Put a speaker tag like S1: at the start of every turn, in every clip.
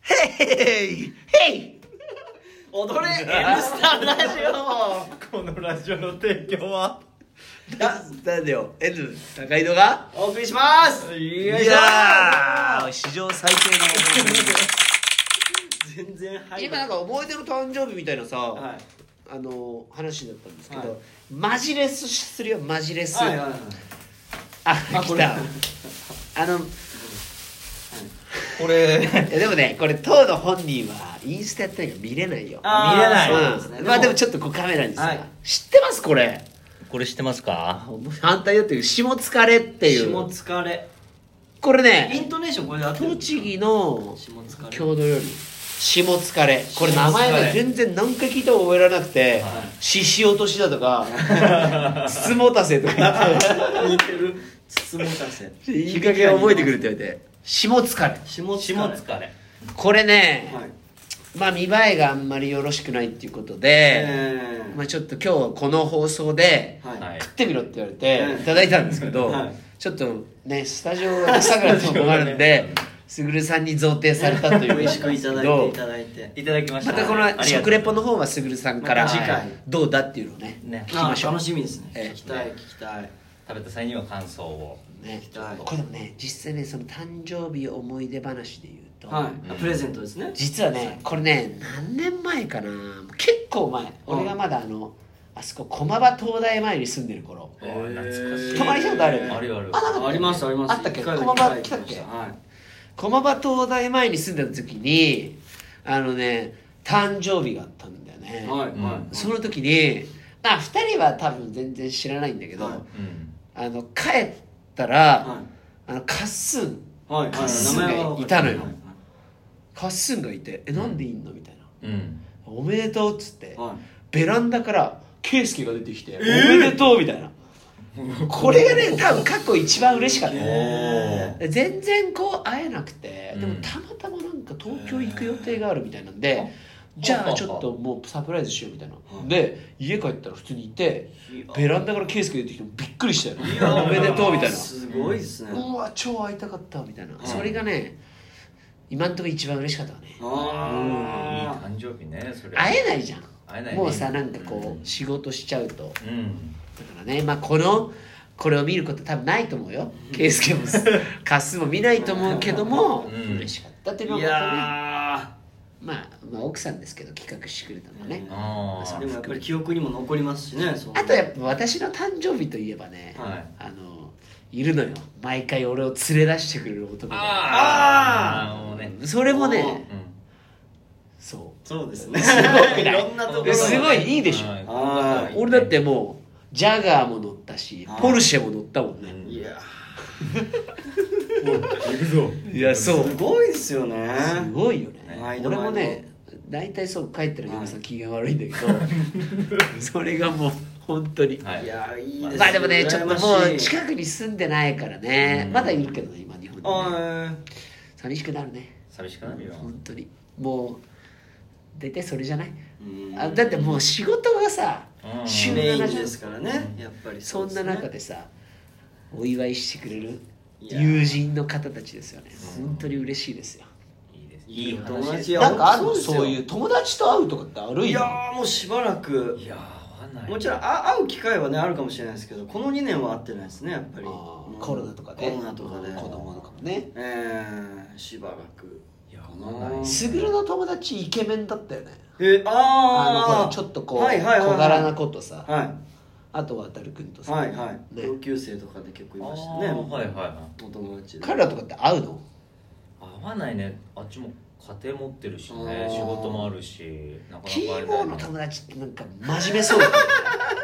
S1: ヘイヘイヘイ踊れ「N スタ」ラジオ
S2: このラジオの提供は
S1: だなんだよ N 高井戸がお送りします
S2: い
S1: い
S2: やい
S1: やー史上最低の
S2: 全然入
S1: 今なんか思い出の誕生日みたいなさ、
S2: はい
S1: あの話だったんですけど、
S2: はい
S1: マジレスするよマジレス、
S2: はいはいはい
S1: あ
S2: あこ
S1: 来
S2: れ
S1: たあの
S2: これ
S1: いやでもねこれ当の本人はインスタやってないから見れないよ
S2: あー
S1: 見れない
S2: そうなんですね
S1: うんまあでもちょっとこうカメラにさ、
S2: はい
S1: 知ってますこれ
S3: これ知ってますか
S1: 反対だっていう下疲れってい
S2: 下
S1: う
S2: 疲れ
S1: これ
S2: イン
S1: ね
S2: トネーションこれで合ってる
S1: 栃木の
S2: 下疲れ
S1: 郷土料理下疲れこれ名前が全然何回聞いても覚えられなくて獅子落としだとか筒持たせとか言って
S2: 似てる質問させ
S1: いい加減覚えてくれって言われて下疲れ
S2: 下疲れ
S3: 下疲れ
S1: これね、
S2: はい
S1: まあ見栄えがあんまりよろしくないっていうことで、
S2: え
S1: まあ、ちょっと今日この放送で
S2: ーは
S3: はいい
S1: 食ってみろって言われて
S2: うん
S1: いただいたんですけど、
S2: はい
S1: ちょっとねスタジオが桜ともあるんで卓さんに贈呈されたという
S2: 美味しくいただいていただいて
S3: いただきました
S1: またこの食レポの方は卓さんから
S2: また次回
S1: どうだっていうのをね
S3: ね
S1: 聞きましょう
S2: あ楽しみですね
S1: ええ
S2: 聞きたい聞きたい
S3: 食べた際には感想を
S1: ね
S2: きたい
S1: これでもね実際ねその誕生日思い出話で言うと、
S2: はいあプレゼントですね
S1: 実はねこれね何年前かな結構前俺がまだあのあそこ駒場東大前に住んでる頃
S3: わあ懐かしい
S1: 泊まりしたことある
S3: あるある
S2: ありますあります
S1: あったっけ
S2: 一回だ
S1: 駒場
S2: 一回だ
S1: 来たっ
S2: はい
S1: 駒場東大前に住んでた時にあのね誕生日があったんだよね、
S2: はい
S3: うん
S2: はい
S1: その時にまあ2人は多分全然知らないんだけど、
S2: はい
S3: うん
S1: あの帰ったら、
S2: は
S1: あのカッスン
S2: いはい
S1: カッ
S2: はい
S1: スン
S2: 名
S1: が
S2: 前はい
S1: たのよ
S2: はい
S1: カッスンがいて「えなんでいんの?」みたいな
S3: うん
S1: 「おめでとう」っつって、
S2: はい
S1: ベランダから圭介が出てきて「おめでとう」みたいな、これがね多分過去一番嬉しかった、
S2: へ
S1: 全然こう会えなくて、
S3: うん
S1: でもたまたまなんか東京行く予定があるみたいなんで、じゃあちょっともうサプライズしようみたいな、
S2: ん
S1: で家帰ったら普通にいて
S2: いや
S1: ベランダから圭介出てきてもびっくりしたよ
S2: いや
S1: おめでとうみたいな
S2: すごいですね
S1: うわ超会いたかったみたいな、
S2: ん
S1: それがね今んとこ一番嬉しかったわね
S3: いい
S2: あ
S3: 誕生日ねそれ
S1: 会えないじゃん
S3: 会えないね
S1: もうさなんかこう仕事しちゃうと、
S3: うん
S1: だからね、まあ、このこれを見ること多分ないと思うよ圭介もカスも見ないと思うけども、
S3: うん
S1: 嬉しかったっていうの
S2: ーい
S1: がまたね
S2: や
S1: まあ、まあ奥さんですけど企画してくれたのはね、
S2: うん
S3: あ
S2: ー
S3: あ
S2: でもやっぱり記憶にも残りますしねその
S1: あとやっぱ私の誕生日といえばね、
S2: はい
S1: あのいるのよ毎回俺を連れ出してくれる男が
S3: ああもうね
S1: それもね
S3: う
S1: そ
S2: そうですね
S1: すごくない
S2: いろんなところ
S1: う
S2: が
S1: すごいいいでしょ
S3: ょ
S2: あー
S1: 俺だってもうジャガーも乗ったし
S2: あー
S1: ポルシェも乗ったもんね
S2: いや
S3: 行くぞ
S1: いやそう
S2: すごいですよね
S1: すごいよね
S2: 毎度
S1: 俺
S2: 毎度
S1: もね大体そう帰ったら皆さん機嫌悪いんだけど、 それがもう本当に、
S3: はい
S2: いやいいですね
S1: まあでもねちょっとも
S2: 羨
S1: う
S2: ましい
S1: 近くに住んでないからね、
S3: うん
S1: まだいるけどね今日本に、ね、
S2: あ
S1: 寂しくなるね
S3: 寂しくなるよ
S1: 本当にもう大体それじゃない、
S2: ー
S1: あだってもう仕事がさ、
S3: うん
S1: 週
S2: メイン
S1: 7じゃ
S2: で
S1: ん
S2: すからねやっぱり
S1: そ
S2: うん
S1: な中でさお祝いしてくれる
S2: いや
S1: 友人の方たちですよね本当に嬉しいですよ
S3: いいです
S2: いい
S3: 話
S2: 友達
S3: い
S2: や
S1: なんかあるの
S2: 本当ですよ
S1: そういう友達と会うとかってある
S2: い
S1: よ
S2: やーもうしばらく
S3: やー合わない
S2: もちろんあ会う機会はねあるかもしれないですけどこの2年は会ってないですねやっぱり
S1: あー
S2: うん
S1: コロナとかで
S2: コロナとかで
S1: 子供とかもね
S2: えー、しばらく
S3: いや
S2: か
S3: 合わない
S1: すぐるの友達イケメンだったよね
S2: え
S1: あのほ
S2: ああ
S1: らちょっとこう
S2: はいはいはいはい
S1: 小柄な子とさ
S2: は
S1: あと渡るくんと
S2: いはい
S1: さ
S2: はい
S1: ね
S2: 同級生とかで結構い
S3: あ
S2: ました
S3: ー
S2: ね
S3: はいはいはい
S2: お友達で
S1: 彼らとかって会うの
S3: 合わないねあっちも家庭持ってるし
S2: あ
S3: ね
S2: ー
S3: 仕事もあるしなかなか
S1: キ
S3: 会
S1: ー
S3: え
S1: ボ
S3: な
S1: ー
S3: い
S1: の
S3: な
S1: 友達ってなんか真面目 そうだね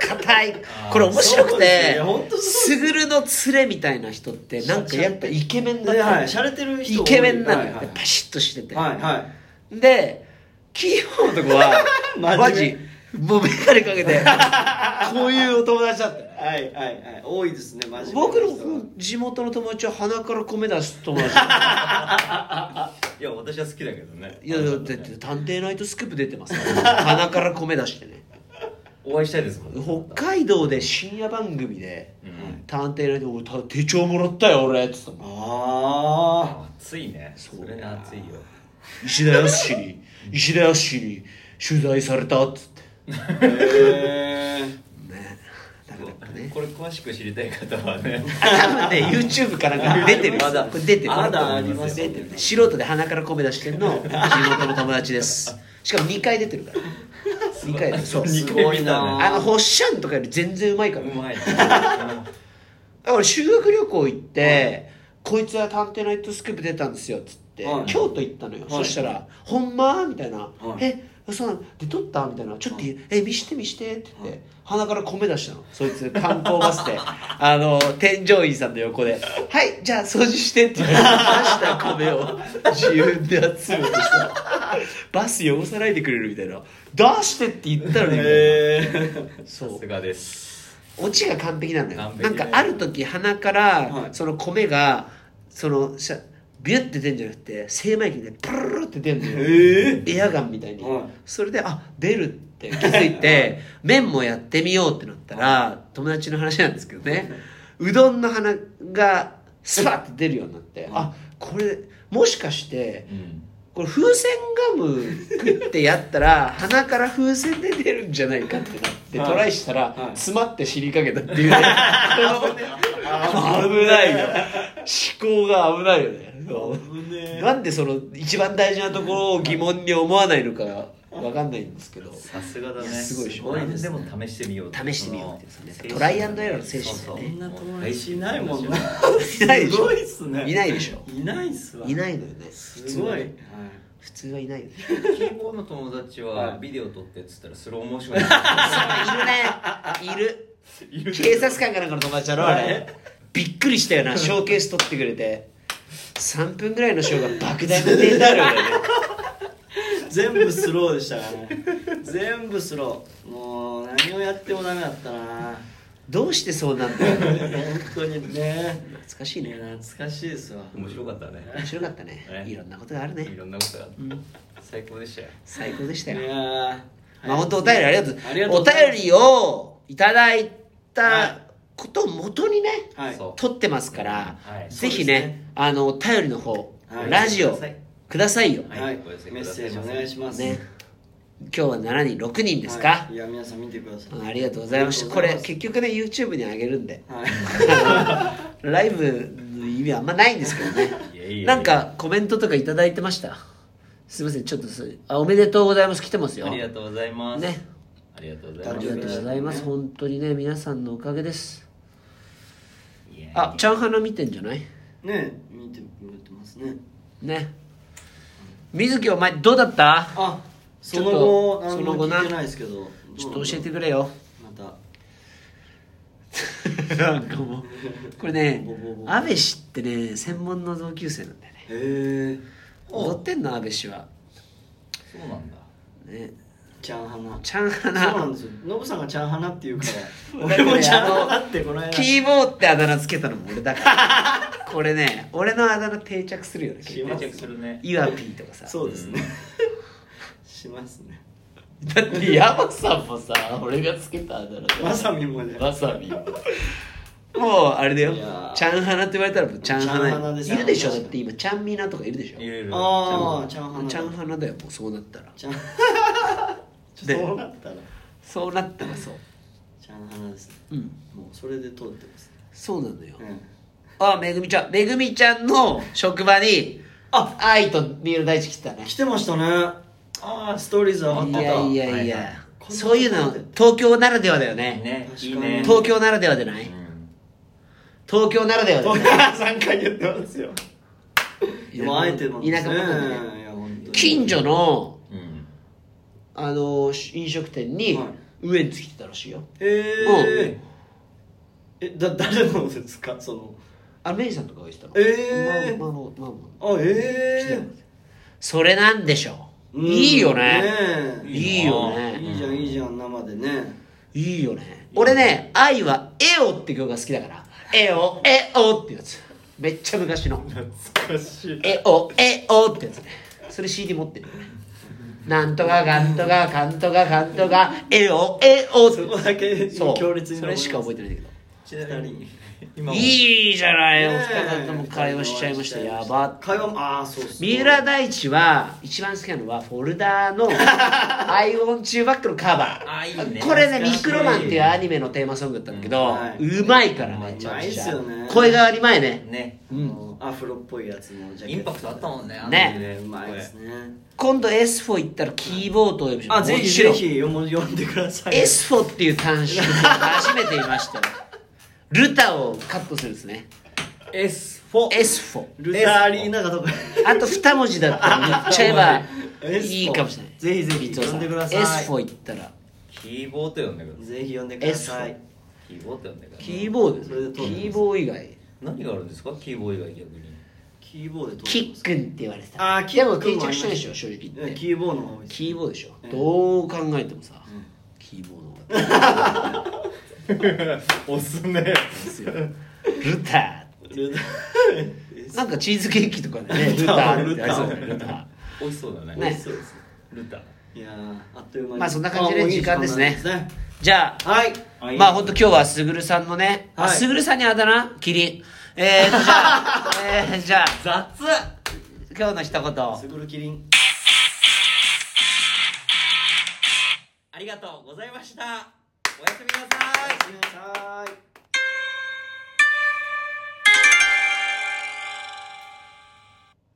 S1: 硬い
S3: あー
S1: これ面白く
S2: そうです
S1: て
S2: ね本当そう
S1: すぐるの連れみたいな人ってなんかやっぱイケメンだっ
S2: で
S1: た
S2: は
S1: の
S2: いしゃれてる人
S1: イケメンなの
S2: はい
S1: よ
S2: はい
S1: パシッとしてて
S2: はいはい
S1: でキーボーのとこは
S2: 真面目
S1: マジもう眼鏡かけ てこういうお友達だったよ
S2: はいはいはい多いですねマジ
S1: 僕の地元の友達は鼻から米出す友達
S3: いや私は好きだけどね
S1: いやだって「探偵ナイトスクープ」出てますから鼻から米出してね
S3: お会いしたいですもん
S1: 北海道で深夜番組で
S3: うん
S1: 「探偵ナイト俺た手帳もらったよ俺」っつったもん
S2: あ
S3: 暑いね
S1: そう
S3: それね暑いよ
S2: あ
S1: 石田康に石田康に取材されたっつって
S2: へえ
S1: ねだからやっぱね
S3: これ詳しく知りたい方は ね
S1: 多分ね YouTube からが出てる
S3: まだ
S1: これ出てる
S2: まだあります
S1: 出
S2: よ
S1: てる素人で鼻から米出してんの地元の友達ですしかも2回出てるから2回出てるそう
S3: 二
S2: す
S3: 回
S2: ごい
S1: あ
S2: な
S1: のホッシャンとかより全然うまいから
S3: う
S1: ね
S3: まい
S1: だから修学旅行行って、こいつは探偵ナイトスクープ出たんですよっつって、
S2: はい
S1: 京都行ったのよ、
S2: い
S1: そしたら「ほんま?」みたいな「
S2: い
S1: えそうなんで撮った?」みたいな「ちょっと、え見して見して」って言って、鼻から米出したのそいつ観光バスで あの添乗員さんの横で「はいじゃあ掃除して」って言って出した米を自分で集めてさバス汚さないでくれるみたいな「出して」って言ったのにみたいな、そ
S3: さ
S1: う
S3: すがです
S1: オチが完璧なのよ、
S3: 完璧
S1: なんかある時鼻から、
S2: はい
S1: その米がそのしゃビュッて出るんじゃなくて精米機でプルルルって出るのよ、エアガンみたいに、
S2: はい
S1: それであ出るって気づい て麺もやってみようってなったら、友達の話なんですけどねうどんの鼻がスパッて出るようになって、あこれもしかして
S3: うん
S1: これ風船ガム食ってやったら鼻から風船で出るんじゃないかってなって
S2: はい
S1: トライしたら
S2: はい
S1: 詰まって死にかけたっていうね危ないよ思考が危ないよねそう
S2: 危ねえ
S1: なんでその一番大事なところを疑問に思わないのかわかんないんですけど
S3: さすがだね
S1: いやすごいでしょ
S3: 何でも試してみようって
S1: 試してみようって
S3: そ
S1: ですね
S3: の
S1: トライアンドエラーの精神だね
S3: そうそう
S1: そん
S2: な友
S3: もう
S2: 達いないもんな
S1: いないですしょ
S2: ごいっすね
S1: いないでしょ
S2: いないっすわ
S1: いないのよね
S2: すごいはい
S1: 普通はい ないよね
S3: キーボーの友達は
S2: はい
S3: ビデオ撮ってっつったらスローモーションに
S1: あいるねいる
S3: いる
S1: 警察官かなんかの友達だろあ
S2: は
S1: れ
S2: い
S1: びっくりしたよ なショーケース撮ってくれて3分ぐらいのショーが莫大なデータ量だよね
S2: 全部スローでしたからね全部スローもう何をやってもダメだったな
S1: どうしてそうなんだよ
S2: 本当にね
S1: 懐かしい
S2: い
S1: ね
S2: や懐かしいですわ
S3: 面白かったね
S1: 面白かったね
S3: ね
S1: いろんなことがある
S3: い
S1: ね
S3: ろんなことがあった最高でしたよ
S1: 最高でした
S2: い
S1: よ、
S2: や
S1: まあ、本当お便りありがとう
S2: ありがとう
S1: お
S2: ございます
S1: 便りをいただい
S2: は
S1: た
S2: い
S1: ことを元にね、
S2: はい
S3: そう
S1: 撮ってますから、
S3: はい
S1: ぜひ
S2: そう
S1: ね
S2: ですね
S1: あのお便りの方、
S2: はい
S1: ラジオ
S3: ください
S1: くださいよ、
S3: はい
S2: はい
S3: お寄せください
S2: メッセージお願いします
S1: ね今日は7人6人ですか、
S2: はいいや皆さん見てください
S1: ありがとうございましたこれ結局ね YouTube に上げるんで
S2: はい
S1: ライブの意味はあんまないんですけど
S3: いやいやい
S1: ね
S3: や
S1: なんかコメントとかいただいてましたすいませんちょっとそれあおめでとうございます来てますよ
S3: ありがとうございます
S1: ね
S3: ありがとうござい
S1: あ
S3: ま
S1: り
S3: す
S1: がとうございます、本当にね皆さんのおかげです
S3: いやいや
S1: あちゃんはな見てんじゃない
S2: ね見てくれてますね
S1: ね水木お前どうだった
S2: あ
S1: ち
S2: そ
S1: ょっ
S2: の
S1: と
S2: 後何
S1: その後
S2: も
S1: な
S2: 聞いてないですけど
S1: ちょっと教えて
S2: どう
S1: くれよ
S2: なんだろうま
S1: なんかもうこれね
S2: ボボボボ
S1: 安部氏ってね専門の同級生なんだよね
S2: たへえ
S1: 踊ってんの安部氏は
S3: そうなんだ
S1: ね
S2: チャンハナ
S1: ちゃんは
S2: そうな
S1: なん
S2: ですよノブさんがチャンハナって言うから
S1: だって ね
S2: 俺もチャンハナってこの間
S1: キーボーってあだ名つけたのも俺だから これね俺のあだ名定着するよね結
S3: 定
S1: 構
S3: 着するね
S1: イワピーとかさ
S2: そうです ねしますね
S1: だってヤマさんもさ俺がつけたあだ名だよ
S2: まさみもね
S1: わさびもうあれだよ
S2: いやー
S1: ちゃんはなって言われたらもうちゃんは
S2: ちゃんは
S1: な
S2: なです
S1: いるでしょだって今ちゃんみなとかいるでしょ
S3: いろいろ
S2: ああチャンハナ
S1: ちゃんはなだよもうそうなったら
S2: チャン
S1: で
S2: ちょっとそうなったら
S1: そうなったらそう
S2: チャンハナですね
S1: うん
S2: もうそれで通ってます
S1: そうなのよ、
S2: ね
S1: あめぐみちゃんめぐみちゃんの職場に
S2: あ
S1: 愛と三浦大知来てたね
S2: 来てましたねああストーリーズ上が
S1: い
S2: ってた
S1: や いやいや、
S3: はいはい
S1: そういうの東京ならではだよね
S3: ね
S2: 確かに
S3: いいね
S1: 東京ならではじゃない、
S3: うん
S1: 東京ならではだよ
S2: 東
S1: ね
S2: 京3回言ってますよでもあえてなん
S1: 田舎者なんだね
S2: いや本当に
S1: 近所の、
S3: うん
S1: あのー飲食店に、
S2: はい
S1: ウエンツ来てたらしいよ
S2: ええだ誰のですかその
S1: あメイさんとかが言ってたの
S2: えー
S1: まあまあまあま
S2: あ
S1: あ来てた
S2: え
S1: のそれなんでしょう、
S2: え
S1: いいよね
S2: え
S1: いいよね
S2: いいじゃんいいじゃん生でね
S1: いいよね俺ね「愛はエオ」って曲が好きだから「エオエオ」ってやつめっちゃ昔の
S3: 懐かしい
S1: えおえおってやつねそれ CD 持ってるよねなんとかかんとかかんとかかんとかえおえおって
S2: そこだけ
S1: そう
S2: 強烈に
S1: そ
S2: 覚え
S1: れ
S2: ます
S1: しか覚えてないんだけど
S2: ちなみに
S3: 今も
S1: いいじゃないお
S2: ね
S1: 二方
S2: え
S1: とも会話しちゃいましたやば
S2: 会話もああそうっす
S1: 三浦大知は一番好きなのはフォルダーのアイオンチューバックのカバ
S3: あいい
S1: ー
S3: ね
S1: これね「
S3: 懐か
S1: ミ
S3: しい
S1: クロマン」っていうアニメのテーマソングだったんだけど
S2: うんはいう
S1: まいから
S3: うま
S1: め
S3: い
S1: ちゃくちゃ
S2: うまいっすよね
S1: 声変わり前ね
S3: ね
S1: うん
S2: アフロっぽいやつのジャケット
S3: インパクトあったもんねあの
S1: ね
S3: 時
S2: うまいですね
S1: 今度 S4 行ったらキーボードを呼ぶし
S2: あぜ
S1: も
S2: ひ
S1: ちろ
S2: ぜ
S1: ん
S2: ひ読む読んでください
S1: S4 っていう単色で初めて言いましたよルタをカットするんですね
S3: S4
S1: S4
S2: ルターリーナがどこ
S1: あと二文字だったら言っちゃえば
S2: S4
S1: いいかもしれない
S2: ぜひぜひ
S1: 光雄
S2: 読んでください
S1: さん S4 行ったら
S3: キーボード呼んでくださ
S2: ぜひ読んでください
S3: いキーボード呼んでくださ
S1: キ
S3: い
S1: ーボードです
S2: それ
S1: キ
S2: で通る
S1: ーボード以外
S3: 何があるんですかキーボード以外逆に
S2: キーボードで通って
S1: キ
S2: ま
S1: ッ
S2: す
S1: クンって言われてた
S2: あーキ
S1: で
S2: ックン
S1: も定着してないでしょ正直言
S2: うん
S1: って
S2: キーボードの方が多いです
S1: キーボードでしょ
S2: うん
S1: どう考えてもさ
S2: うん
S1: キーボードの方が
S3: おすすめ
S1: 強いルタ
S2: ルタ
S1: ーなんかチーズケーキとかでねル
S2: ル
S1: タ
S2: タ
S1: ー
S2: ー
S1: ってありそうだねルター
S3: 美味しそうだね
S1: ね
S3: 美味しそうですねルタ
S2: いやーあっという間に
S1: まあそんな感じで
S2: あもういい
S1: 時間ですね
S2: 時間なんで
S1: じゃあ
S2: すねはい
S1: まあ本当今日はすぐるさんのね、あ
S2: はい
S1: すぐるさんにあだ名キリンえーとじゃあ えーじゃあ
S3: 雑
S1: 今日の一言
S2: すぐるキリン
S3: ありがとうございましたおやすみ